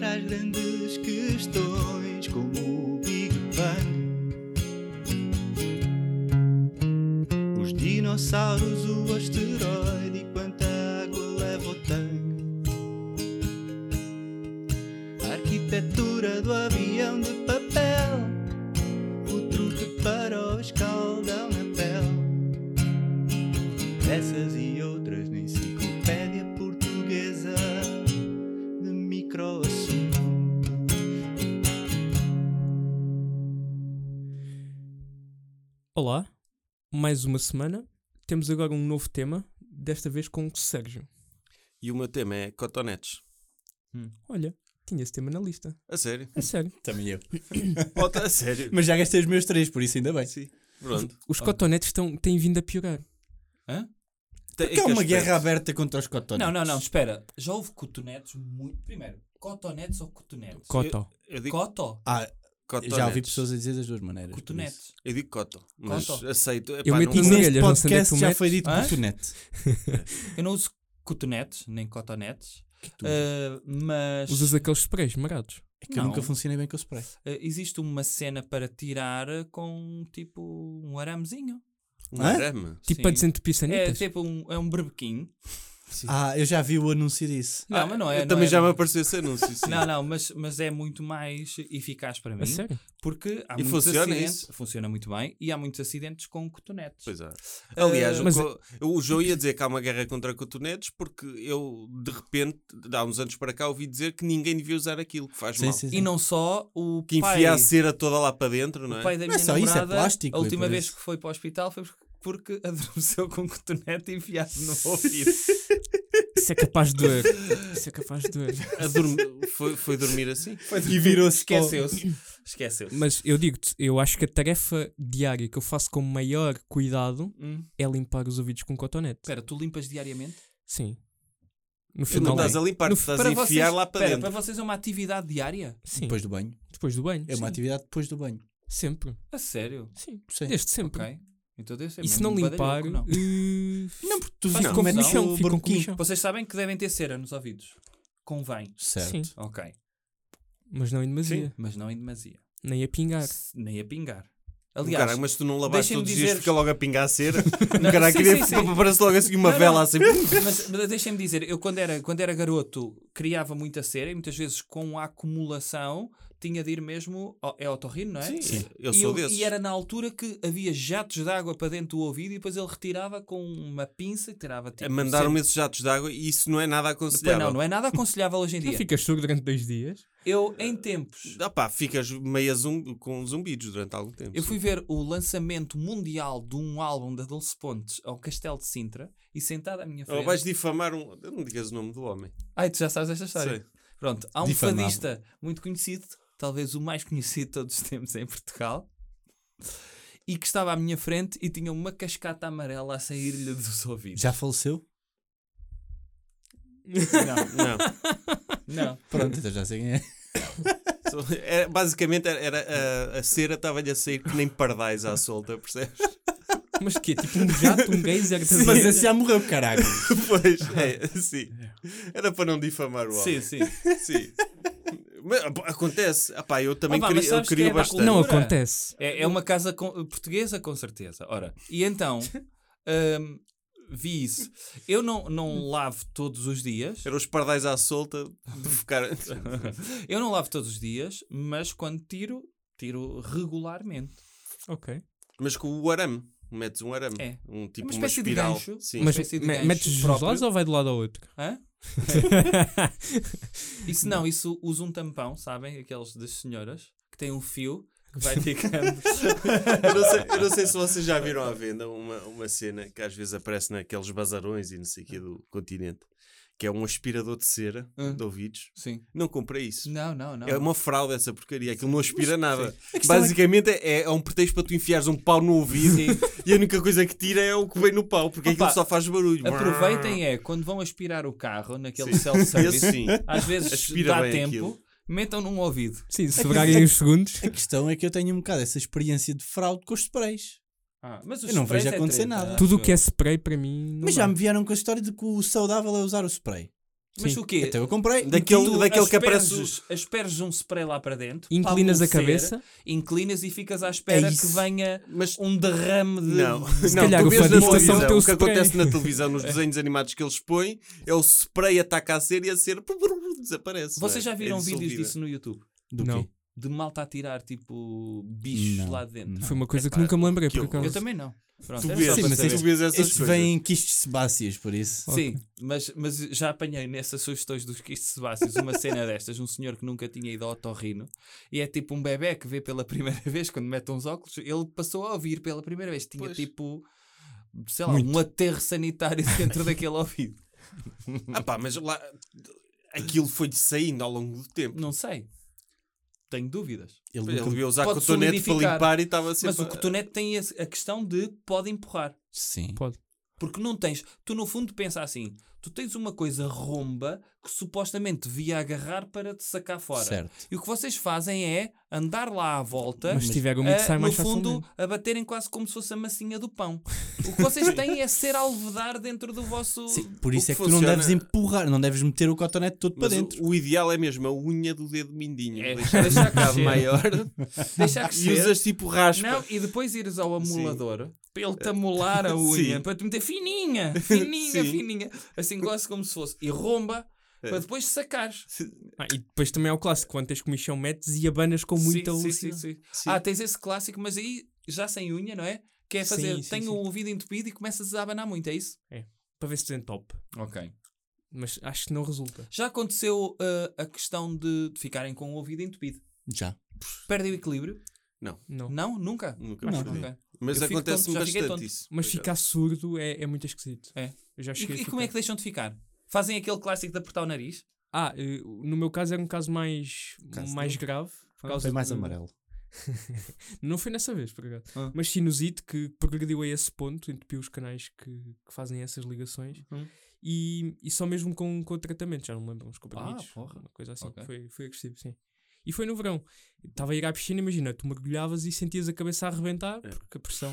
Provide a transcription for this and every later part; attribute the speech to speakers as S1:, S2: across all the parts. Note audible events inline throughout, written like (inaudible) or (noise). S1: grandes questões como o Big Bang. Os dinossauros, o asteroide e quanta água leva o tanque. A arquitetura do avião de papel. O truque para o escaldão na pele. Essas e outras na enciclopédia portuguesa de microassunto.
S2: Olá, mais uma semana. Temos agora um novo tema, desta vez com o Sérgio.
S3: E o meu tema é cotonetes.
S2: Olha, tinha esse tema na lista.
S3: A sério?
S2: É sério.
S4: Também eu.
S3: Bota a sério.
S4: Mas já gastei os meus três, por isso ainda bem.
S3: Sim. Pronto.
S2: Os cotonetes estão, têm vindo a piorar.
S4: Hã?
S3: Tem-
S4: Que é
S3: que
S4: uma
S3: aspecto?
S4: guerra aberta contra os cotonetes.
S5: Não, não, não, espera. Já houve cotonetes muito. Primeiro, cotonetes ou cotonetes?
S2: Coto.
S3: Eu digo
S5: Coto.
S4: Ah,
S3: cotonetes.
S4: já ouvi pessoas a dizer das duas maneiras. por
S5: Cotonetes.
S3: Eu digo coto, mas
S5: Coto.
S3: aceito. Epá,
S2: Eu meti
S3: não-
S4: isso.
S2: Orelhas,
S4: Neste
S2: não sei onde é que
S4: podcast
S2: tu
S4: já
S2: metes.
S4: foi dito
S5: Hã?
S4: cotonete.
S5: Eu não uso cotonetes, nem cotonetes. ah, mas
S2: Usas um- aqueles sprays marados.
S4: É que eu
S5: Não.
S4: nunca funcionei bem com o spray.
S5: ah, existe uma cena para tirar com tipo um aramezinho.
S3: Um
S4: Hã?
S3: arame.
S2: Tipo
S5: Sim.
S2: para desentupir
S5: É
S2: sanitas.
S5: tipo um, é um berbequim.
S4: Ah, eu já vi o anúncio disso.
S5: Não, mas não é.
S3: Eu
S5: não
S3: também
S5: é
S3: já me
S5: berbequim.
S3: apareceu esse anúncio. sim.
S5: Não, não, mas, mas é muito mais eficaz para mim.
S2: A sério?
S5: Porque há
S3: E
S5: muitos
S3: funciona
S5: acidentes.
S3: isso?
S5: Funciona muito bem. E há muitos acidentes com cotonetes.
S3: Pois é. Aliás,
S2: mas-
S3: o, co- o João ia dizer que há uma guerra contra cotonetes porque eu, de repente, há uns anos para cá, ouvi dizer que ninguém devia usar aquilo, que faz mal.
S5: E não só o
S3: Que
S5: pai-
S3: enfia a cera toda lá para dentro, não
S5: O
S3: é?
S5: pai da
S4: Não é
S5: minha
S4: só isso, é
S5: namorada,
S4: plástico,
S5: a
S4: é
S5: última
S4: por
S5: vez
S4: isso.
S5: que foi para o hospital foi porque adormeceu com um cotonete e enfiado no ouvido.
S2: Isso é capaz de doer. Isso é capaz de doer.
S3: A dormi- foi, foi dormir assim.
S4: E virou-se para o-
S5: Esqueceu-se. Esqueceu-se.
S2: Mas eu digo-te, eu acho que a tarefa diária que eu faço com maior cuidado
S5: Hum.
S2: é limpar os ouvidos com cotonete.
S5: Espera, tu limpas diariamente?
S2: Sim. No
S3: Tu
S2: final.
S3: não estás a limpar,
S2: é. No-
S3: tu estás a enfiar
S5: vocês,
S3: lá para
S5: espera,
S3: dentro.
S5: para vocês é uma atividade diária?
S2: Sim. Depois,
S4: Depois do banho.
S2: do banho.
S4: É uma
S2: sim.
S4: atividade depois do banho.
S2: Sempre.
S5: A sério?
S2: Sim.
S4: Sim.
S2: Desde sempre.
S5: Ok. Então deve ser
S2: E se
S5: mesmo
S2: não
S5: um
S2: limpar.
S5: badalhoco, não.
S2: eh,
S4: Não, porque tu
S5: Faz
S4: viste como
S2: Ficam com
S4: é que
S5: confusão.
S4: mete
S2: michão, ficam
S4: o
S2: com
S4: burquinho.
S2: michão.
S5: Vocês sabem que devem ter cera nos ouvidos. Convém.
S4: Certo.
S2: Sim.
S5: Ok.
S2: Mas não em demasia.
S5: Mas não em demasia.
S2: Nem a pingar.
S5: Se- Nem a pingar.
S3: Aliás,
S5: Aliás,
S3: caralho, mas tu não lavaste
S5: deixem-me
S3: todos os dias,
S5: dizer-
S3: fica logo a pingar a cera.
S5: (laughs) Não,
S3: O caralho
S5: sim,
S3: queria
S5: sim, sim.
S3: parece logo a seguir uma
S5: Não,
S3: vela
S5: não.
S3: assim.
S5: mas, mas deixem-me dizer, eu quando era, quando era garoto criava muita cera e muitas vezes com a acumulação tinha de ir mesmo ao, é otorrino, não é?
S3: Sim, eu
S5: E,
S3: sou
S5: eu-
S3: desses.
S5: e era na altura que havia jatos de água para dentro do ouvido e depois ele retirava com uma pinça e tirava tipo,
S3: A Mandaram-me
S5: sempre-
S3: esses jatos de água e isso não é nada
S5: Pois
S3: aconselhável.
S5: não, não é nada aconselhável
S3: (laughs)
S5: hoje em
S2: Não
S5: dia.
S2: ficas surdo durante dois dias.
S5: Eu, em tempos,
S3: Ah pá, ficas meia zum- com zumbidos durante algum tempo.
S5: é? eu fui ver o lançamento mundial de um álbum da Dulce Pontes ao Castelo de Sintra e sentado à minha
S3: Ou
S5: frente.
S3: vais difamar um. Não digas o nome do homem.
S5: Ai, tu já sabes esta história.
S3: Sei.
S5: Pronto, há um
S4: Difamável.
S5: fadista muito conhecido, talvez o mais conhecido de todos os tempos em Portugal, e que estava à minha frente e tinha uma cascata amarela a sair-lhe dos ouvidos.
S4: Já faleceu?
S5: (laughs)
S3: Não.
S4: (laughs)
S5: Não.
S4: Pronto, então já sei quem é.
S3: Só- era- basicamente era, era a, a cera estava-lhe a sair que nem pardais à solta, percebes?
S5: (laughs)
S2: Mas que Tipo um jato, um geyser. estás a
S4: Mas
S2: ver?
S4: esse já morreu,
S5: (laughs)
S4: caralho.
S3: pois, é, sim. Era para não difamar o homem.
S5: Sim, sim.
S3: Sim. Mas, ah, pá, acontece. Ah, pá, eu também
S5: Ah, pá,
S3: queria,
S5: mas
S3: eu
S5: sabes que
S3: queria
S5: é da
S3: bastante.
S2: Não
S5: Ora.
S2: acontece.
S5: É, é uma casa com- portuguesa, com certeza. Ora,
S4: (laughs)
S5: e então, hum, vi isso. Eu não,
S4: Hum.
S5: não lavo todos os dias. (laughs)
S3: Era os pardais à solta de ficar.
S5: Eu não lavo todos os dias, mas quando tiro, tiro regularmente.
S2: Ok.
S3: Mas com o arame. Metes um arame.
S5: É.
S3: Um tipo
S5: Uma
S3: uma,
S5: espécie de
S3: espiral.
S5: gancho.
S3: Sim.
S2: Mas
S5: espécie de
S2: me-
S5: gancho
S2: metes os
S5: próprio.
S2: lados ou vai de lado ao
S5: (laughs)
S2: outro?
S5: Hã? Isso não, isso usa um tampão, sabem? Aqueles das senhoras que têm um fio que vai ficando.
S3: (laughs) eu, não sei, eu não sei se vocês já viram à venda uma, uma cena que às vezes aparece naqueles bazarões e não sei o que do continente, que é um aspirador de cera
S5: Hum.
S3: de ouvidos.
S5: Sim.
S3: Não comprei isso.
S5: Não, não, não.
S3: É uma fraude essa porcaria, aquilo não aspira nada.
S4: questão é que-
S3: Basicamente é, é um pretexto para tu enfiares um pau no ouvido
S5: Sim.
S3: e a única coisa que tira é o que vem no pau, porque
S5: Opa,
S3: aquilo só faz barulho.
S5: Aproveitem é quando vão aspirar o carro naquele
S3: Esse
S5: self-service,
S3: sim.
S5: às vezes
S3: Aspira
S5: dá
S3: bem
S5: tempo,
S3: aquilo.
S5: metam num ouvido.
S2: Sim, se sobrarem os segundos.
S4: A questão é que eu tenho um bocado essa experiência de fraude com os sprays.
S5: Ah, mas
S4: os Eu não sprays vejo é acontecer treta, nada. acho
S2: Tudo o que é spray para mim. não
S4: Mas já
S2: dá.
S4: me vieram com a história de que o saudável é usar o spray.
S5: Mas
S2: Sim.
S5: o quê?
S4: Até eu comprei.
S3: Daquele,
S5: Tu
S3: daquele que aparece. o-
S5: asperges- Asperges um spray lá para dentro. para
S2: Inclinas a
S5: amolecer,
S2: cabeça.
S5: Inclinas e ficas à espera
S4: É
S5: que
S4: isso.
S5: venha
S3: Mas
S5: um derrame de.
S3: Não,
S2: Se
S3: não,
S2: calhar
S3: tu
S2: o
S3: vês na
S2: fadista só
S3: televisão,
S2: meteu o
S3: o que
S2: spray.
S3: acontece na televisão, nos desenhos animados que eles põem, é o spray ataca a cera e a cera pum, pum, pum, desaparece. não é?
S5: Vocês já viram
S3: É
S5: vídeos
S3: dissolvida.
S5: disso no YouTube?
S4: Do
S2: Não.
S4: quê?
S5: De malta a tirar tipo bichos
S4: Não,
S5: lá de dentro.
S4: não.
S2: Foi uma coisa que
S5: Epá,
S2: nunca me lembrei,
S3: que
S2: por
S3: horror.
S2: acaso.
S5: Eu também não. Pronto,
S3: Tu
S5: era
S3: vês,
S5: só para
S4: mas
S3: tu
S5: saber.
S4: isso- é
S3: vês essas
S4: Estes
S3: coisas.
S4: vêm quistes sebáceas, por isso.
S5: Sim, mas, mas já apanhei nessas sugestões dos quistes sebáceos uma cena destas, um senhor que nunca tinha ido ao otorrino, e é tipo um bebê que vê pela (laughs) primeira vez, quando mete uns óculos, ele passou a ouvir pela primeira vez, tinha
S3: Pois.
S5: tipo, sei lá,
S4: Muito.
S5: um aterro sanitário (laughs) dentro daquele ouvido.
S3: Ah pá, mas lá... Aquilo foi saindo ao longo do tempo.
S5: Não sei, tenho dúvidas.
S4: Ele
S3: Ele
S4: nunca-
S3: devia usar
S5: Pode
S3: cotonete para
S5: solidificar.
S3: limpar e estava
S5: Mas
S3: sempre...
S5: o cotonete tem a a questão de pode empurrar.
S4: Sim.
S2: Pode.
S5: Porque não tens, tu no fundo pensa assim, tu tens uma coisa romba que supostamente devia agarrar para te sacar fora.
S4: Certo.
S5: E o que vocês fazem é andar lá à volta,
S2: Mas se tiver
S5: a,
S2: alguma que sai
S5: no
S2: mais
S5: fundo,
S2: facilmente.
S5: a baterem quase como se fosse a massinha do pão. O
S2: (laughs)
S5: que vocês têm é ser alvedar dentro do vosso.
S4: Sim, por
S3: o
S4: isso
S3: que
S4: é que tu não
S3: funciona-
S4: deves empurrar, não deves meter o cotonete todo para
S3: Mas
S4: dentro.
S3: o, o ideal é mesmo a unha do dedo mindinho.
S5: É,
S3: Deixar
S5: deixar
S3: um bocado
S5: crescer.
S3: maior.
S2: (laughs)
S5: Deixar
S3: E
S5: crescer.
S3: usas tipo raspa.
S5: Não, e depois ires ao
S2: (laughs)
S5: amulador para ele te amolar a unha,
S3: Sim.
S5: para te meter fininha, fininha,
S3: Sim.
S5: fininha. Assim quase como se fosse. E romba
S2: É.
S5: para depois sacares.
S2: Ah, e depois também é o clássico, quando tens comichão metes e abanas com muita
S5: sim, sim,
S2: velocidade.
S5: sim, sim. Ah, tens esse clássico, mas aí já sem unha, não é? Que é fazer,
S2: Sim, sim,
S5: tenho
S2: sim.
S5: o ouvido entupido e começas a abanar muito, é isso?
S2: Para ver se tem top.
S5: Ok.
S2: Mas acho que não resulta.
S5: Já aconteceu uh, a questão de, de ficarem com o ouvido entupido?
S4: Já.
S5: Perdem o equilíbrio?
S2: Não.
S5: Não? Nunca?
S3: Nunca
S4: Não,
S3: me
S5: Ok.
S3: perdi. Mas
S5: Eu fico
S3: acontece-me
S5: tonto, já fiquei
S3: bastante
S5: tonto.
S3: isso.
S2: Mas
S3: Por
S2: ficar surdo é, é muito esquisito.
S5: É.
S2: Eu já
S5: E,
S2: cheguei a
S5: e como é que
S2: ficar.
S5: deixam de ficar? Fazem aquele clássico de apertar o nariz?
S2: Ah, eh, no meu caso era um caso mais,
S4: Caso
S2: mais
S4: não.
S2: grave.
S5: Ah,
S2: Por causa
S4: Foi mais
S2: de-
S4: amarelo.
S2: Não foi nessa vez, por acaso.
S5: Ah.
S2: Mas sinusite que progrediu a esse ponto, entupiu os canais que, que fazem essas ligações.
S5: Uhum.
S2: E, e só mesmo com, com o tratamento, já não me lembro, uns comprimidos.
S5: Ah, porra.
S2: Uma coisa assim.
S5: Ok.
S2: Foi, foi agressivo, sim. E foi no verão. Estava a ir à piscina, imagina, tu mergulhavas e sentias a cabeça a arrebentar,
S5: É.
S2: porque a pressão.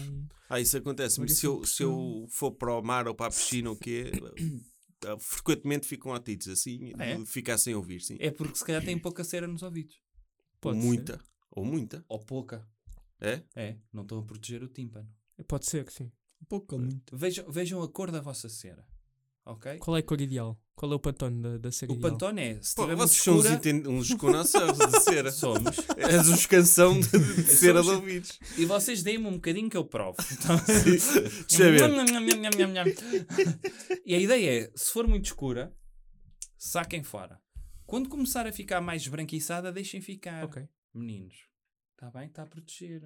S3: Ah, isso acontece-me.
S2: Olha,
S3: Se eu,
S2: sempre
S3: se eu for para o mar ou para a piscina, o (coughs) quê? ah, frequentemente ficam atites assim,
S5: Ah, é?
S3: de ficar sem ouvir, sim.
S5: É porque se calhar têm pouca cera nos ouvidos.
S3: ou
S2: Pode
S3: muita. Ou muita.
S5: Ou pouca.
S3: É?
S5: É, não estão a proteger o tímpano.
S2: ser. Pode ser, sim.
S4: Um pouco ou
S5: né?
S4: muito.
S5: Vejam, vejam a cor da vossa cera. Ok?
S2: Qual é a cor ideal? Qual é o pantone da, da série
S5: O pantone é, se
S3: Pô,
S5: tivermos
S3: vocês são uns, (laughs)
S5: escura,
S3: enten- uns conhecedores (laughs) de cera.
S5: somos.
S3: És os canção de, de cera de ouvidos.
S5: E vocês deem-me um bocadinho que eu provo. Então,
S3: Deixa eu ver.
S5: Nham, nham, nham, nham, nham, (laughs) nham. e a ideia é, se for muito escura, saquem fora. Quando começar a ficar mais branquiçada, deixem ficar.
S2: Ok.
S5: Meninos, está bem? Está a proteger.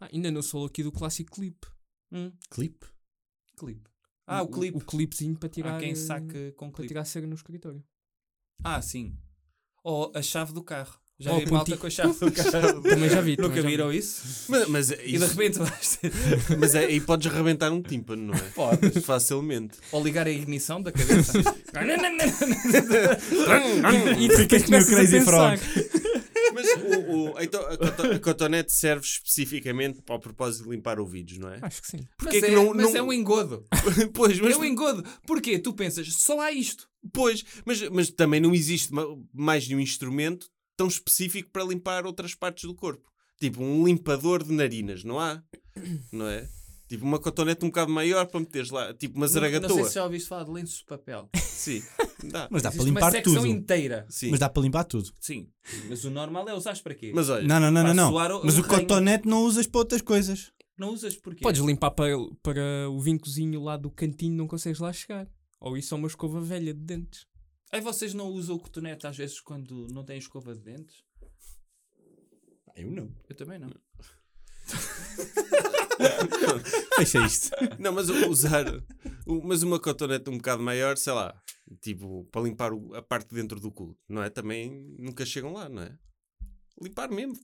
S2: Ah, ainda não se falou aqui do clássico clipe.
S5: Hum,
S4: Clipe?
S5: clipe. Ah, o clipe.
S2: O clipezinho para tirar.
S5: Há
S2: eh,
S5: quem saque com
S2: Para
S5: clipe.
S2: tirar a cera no
S5: (laughs)
S2: escritório.
S5: Ah, sim. Ou a chave do carro. Já
S2: Ou
S5: vi
S2: o
S5: malta
S2: pontinho.
S5: com a chave do carro.
S2: Também já vi. também
S5: Nunca
S2: já vi.
S5: viram isso?
S3: Mas, mas, é
S5: E de
S3: isso-
S5: repente (laughs) vais ter...
S3: mas é, aí podes arrebentar um tímpano, não é? Facilmente.
S5: Ou ligar a ignição da cabeça.
S2: E tu ficas
S4: meio Crazy
S3: Mas o, o- então, a, coto- a cotonete serve especificamente para o propósito de limpar ouvidos, não é?
S2: Acho que sim.
S5: mas
S3: é que
S5: é,
S3: não-
S5: mas
S3: não-
S5: é um engodo.
S3: (laughs) pois, mas,
S5: É um engodo. Porquê? Tu pensas, só há isto.
S3: pois, mas, mas também não existe ma- mais nenhum instrumento tão específico para limpar outras partes do corpo. Tipo um limpador de narinas, não há? Não é? Tipo uma cotonete um bocado maior para meteres lá, tipo uma
S5: Não, não
S3: zaragatoa.
S5: sei se já ouviste falar de lenços de papel.
S3: Sim, dá.
S4: Mas dá para
S5: Existe uma
S4: limpar
S5: secção
S4: tudo.
S5: inteira.
S3: Sim.
S4: Mas dá para limpar tudo.
S5: Sim. Mas o normal é usares para quê?
S3: Mas olha,
S4: Não, não, não,
S5: Para
S4: não. não.
S5: suar o-
S4: Mas
S5: o
S4: o cotonete não usas para outras coisas.
S5: Não usas porquê?
S2: Podes limpar para, para o vincozinho lá do cantinho, não consegues lá chegar. Ou isso é uma escova velha de dentes.
S5: Aí vocês não usam o cotonete às vezes quando não têm escova de dentes?
S4: Eu não.
S5: Eu também não.
S4: Fecha isto.
S3: Não, mas o- usar. o- Mas uma cotonete um bocado maior, sei lá. Tipo, para limpar o- a parte de dentro do cu, não é? Também nunca chegam lá, não é? Limpar mesmo.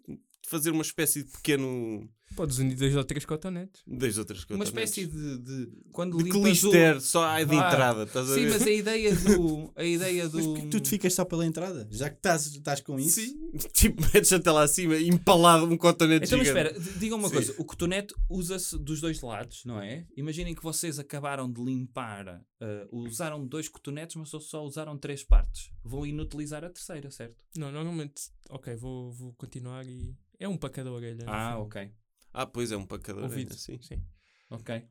S3: Fazer uma espécie de pequeno.
S2: Podes unir dois ou três cotonetes.
S3: Das outras coisas.
S5: Uma espécie de. de- quando
S3: de
S5: limpas o-
S3: clister só à de
S5: Ah,
S3: entrada, estás a
S5: Sim,
S3: ver?
S5: mas a ideia do. A ideia do.
S4: Mas porquê que tu te ficas só pela entrada? Já que estás, estás com
S3: (laughs)
S4: isso?
S3: Sim, tipo, metes até lá acima, empalado um cotonete
S5: Então, mas
S3: gigante.
S5: espera, d- digam uma
S3: Sim.
S5: coisa: o cotonete usa-se dos dois lados, não é? Imaginem que vocês acabaram de limpar, eh, usaram dois cotonetes, mas só, só usaram três partes. Vão inutilizar a terceira, certo?
S2: Não, normalmente. Ok, vou, vou continuar e. É um para cada orelha. no
S5: Ah,
S2: fundo.
S5: ok.
S3: Ah, pois é, um para cada orelha,
S2: Ouvido.
S3: sim.
S2: Sim.
S5: Ok.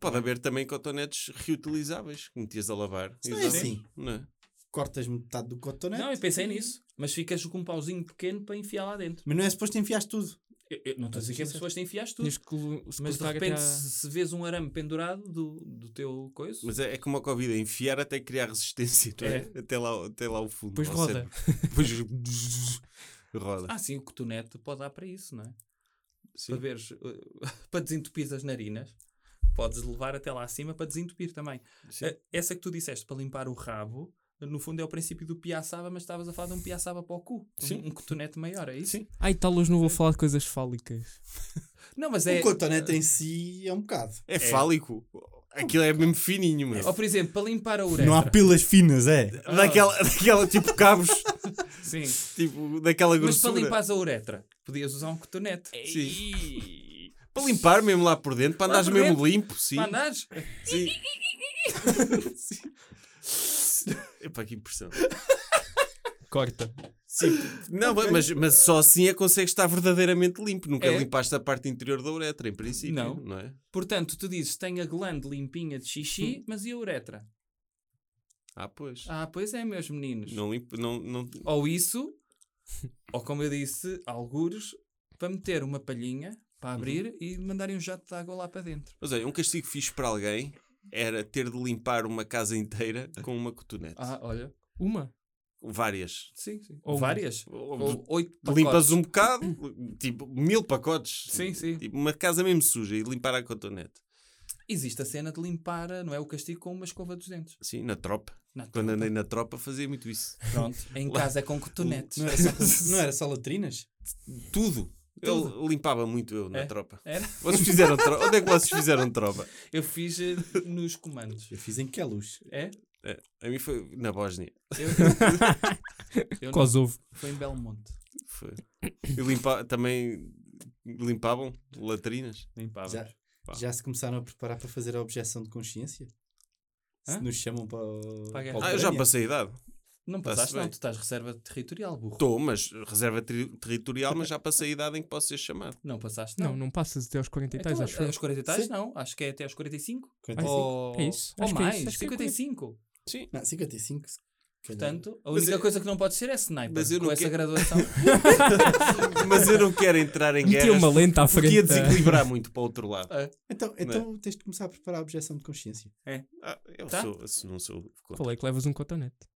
S3: Pode haver também cotonetes reutilizáveis que metias a lavar.
S4: Isso não é
S3: Usavas,
S4: assim.
S3: Não é?
S4: Cortas metade do cotonete.
S5: Não, eu pensei nisso, mas ficas com um pauzinho pequeno para enfiar lá dentro.
S4: Mas não é suposto enfiar tudo.
S5: Eu, eu não estou a dizer que as pessoas têm enfiaste tudo.
S2: Tinhas que colo- se
S5: Mas de
S2: colocar
S5: repente,
S2: até à-
S5: se, se vês um arame pendurado do, do teu coisa,
S3: Mas é, é como a Covid, é enfiar até criar resistência, não é? Até, lá, até lá o fundo.
S2: Depois
S3: ao
S2: roda.
S3: cérebro. Depois (laughs) roda.
S5: Ah, sim, o cotonete pode dar para isso, não é?
S3: Sim.
S5: Para veres, eh, (laughs) para desentupir as narinas, podes levar até lá acima para desentupir também.
S3: Sim.
S5: Eh, Essa que tu disseste para limpar o rabo, no fundo é o princípio do piaçaba, mas estavas a falar de um piaçaba para o cu.
S3: Sim.
S5: Um, um cotonete maior, é isso?
S3: Sim.
S2: Ai, tal, hoje não vou falar de coisas fálicas.
S5: Não,
S3: Um
S5: mas é.
S4: O cotonete em si é um bocado.
S3: É fálico. Aquilo é mesmo fininho, mano.
S5: Ou, por exemplo, para limpar a uretra.
S4: Não há pilas finas, é?
S3: (laughs) Daquela, daquela tipo cabos, (laughs)
S5: Sim.
S3: tipo daquela
S5: Mas para
S3: grossura.
S5: limpares a uretra, podias usar um cotonete.
S3: Sim. Para limpar mesmo lá por dentro, para
S5: Lá
S3: andares
S5: por
S3: mesmo
S5: dentro.
S3: limpo, sim.
S5: Para andares?
S3: sim. Sim. Epá, que
S5: (laughs)
S3: impressão.
S2: Corta.
S3: Não, mas, mas só assim é que consegues estar verdadeiramente limpo. Nunca
S5: É.
S3: limpaste a parte interior da uretra, em princípio. Não.
S5: Não.
S3: Não é?
S5: Portanto, tu dizes, tem a glande limpinha de xixi,
S3: Hum.
S5: mas e a uretra?
S3: Ah, pois.
S5: Ah, pois é, meus meninos.
S3: Não limpo, não, não...
S5: Ou isso, ou como eu disse, algures, para meter uma palhinha, para abrir e mandarem um jato de água lá para dentro.
S3: Mas olha, um castigo fixe para alguém era ter de limpar uma casa inteira com uma cotonete.
S5: Ah, olha.
S2: Uma?
S3: Várias.
S5: Sim, sim.
S2: Ou
S5: várias. Ou oito pacotes.
S3: Limpas um bocado, tipo mil pacotes.
S5: Sim, sim.
S3: Tipo, uma casa mesmo suja e limpar a cotonete.
S5: Existe a cena de limpar, não é? O castigo com uma escova dos dentes.
S3: Sim, na tropa.
S5: Na
S3: Quando
S5: tropa.
S3: andei na tropa fazia muito isso.
S5: Pronto. Em casa é com cotonetes.
S4: Não era só, não era só latrinas?
S3: Tudo. Eu limpava muito eu na
S5: É?
S3: tropa.
S5: Era?
S3: Vocês fizeram tropa? Onde é que vocês fizeram tropa?
S5: Eu fiz eh, nos comandos.
S4: Eu fiz em que é luz?
S5: É?
S3: É, a mim foi na Bósnia.
S5: Eu, eu- eu não.
S2: Kosovo.
S5: Foi em Belmonte.
S3: Foi. E limpa, também limpavam latrinas.
S5: Limpava.
S4: Já, já se começaram a preparar para fazer a objeção de consciência?
S5: Hã?
S4: Se nos chamam para, o-
S5: Para a guerra.
S4: para a
S3: Ah, eu já
S4: Ucrânia.
S3: passei a idade.
S5: Não
S3: Tá-se
S5: passaste, não.
S3: bem.
S5: Tu estás reserva territorial, burro.
S3: Estou, mas reserva terri- territorial, mas já passei a idade em que posso ser
S5: (laughs)
S3: chamado.
S5: Não passaste,
S2: Não, não passas até aos 40 e tais,
S5: Então,
S2: acho eu.
S5: aos 40 e tais,
S4: Sim.
S5: não. Acho que é até aos 45.
S4: Quarenta e cinco.
S5: Ou,
S2: É isso.
S5: ou
S2: Acho que é
S5: mais,
S2: isso. Acho que é
S5: 55.
S3: Sim.
S4: Não, 55. se calhar.
S5: Portanto, a
S3: é. Mas
S5: única
S3: eu-
S5: coisa que não pode ser é sniper.
S3: mas eu
S5: com
S3: não
S5: essa
S3: quero- (laughs)
S5: graduação.
S3: Mas eu não quero entrar em
S2: Metia
S3: guerras.
S2: uma lenta à
S3: Porque ia
S2: frente.
S3: desequilibrar muito para o outro lado.
S4: então, então tens de começar a preparar a objeção de consciência.
S3: Ah, eu
S5: Tá.
S3: sou, eu sou- não sou contra.
S2: Falei que levas um cotonete.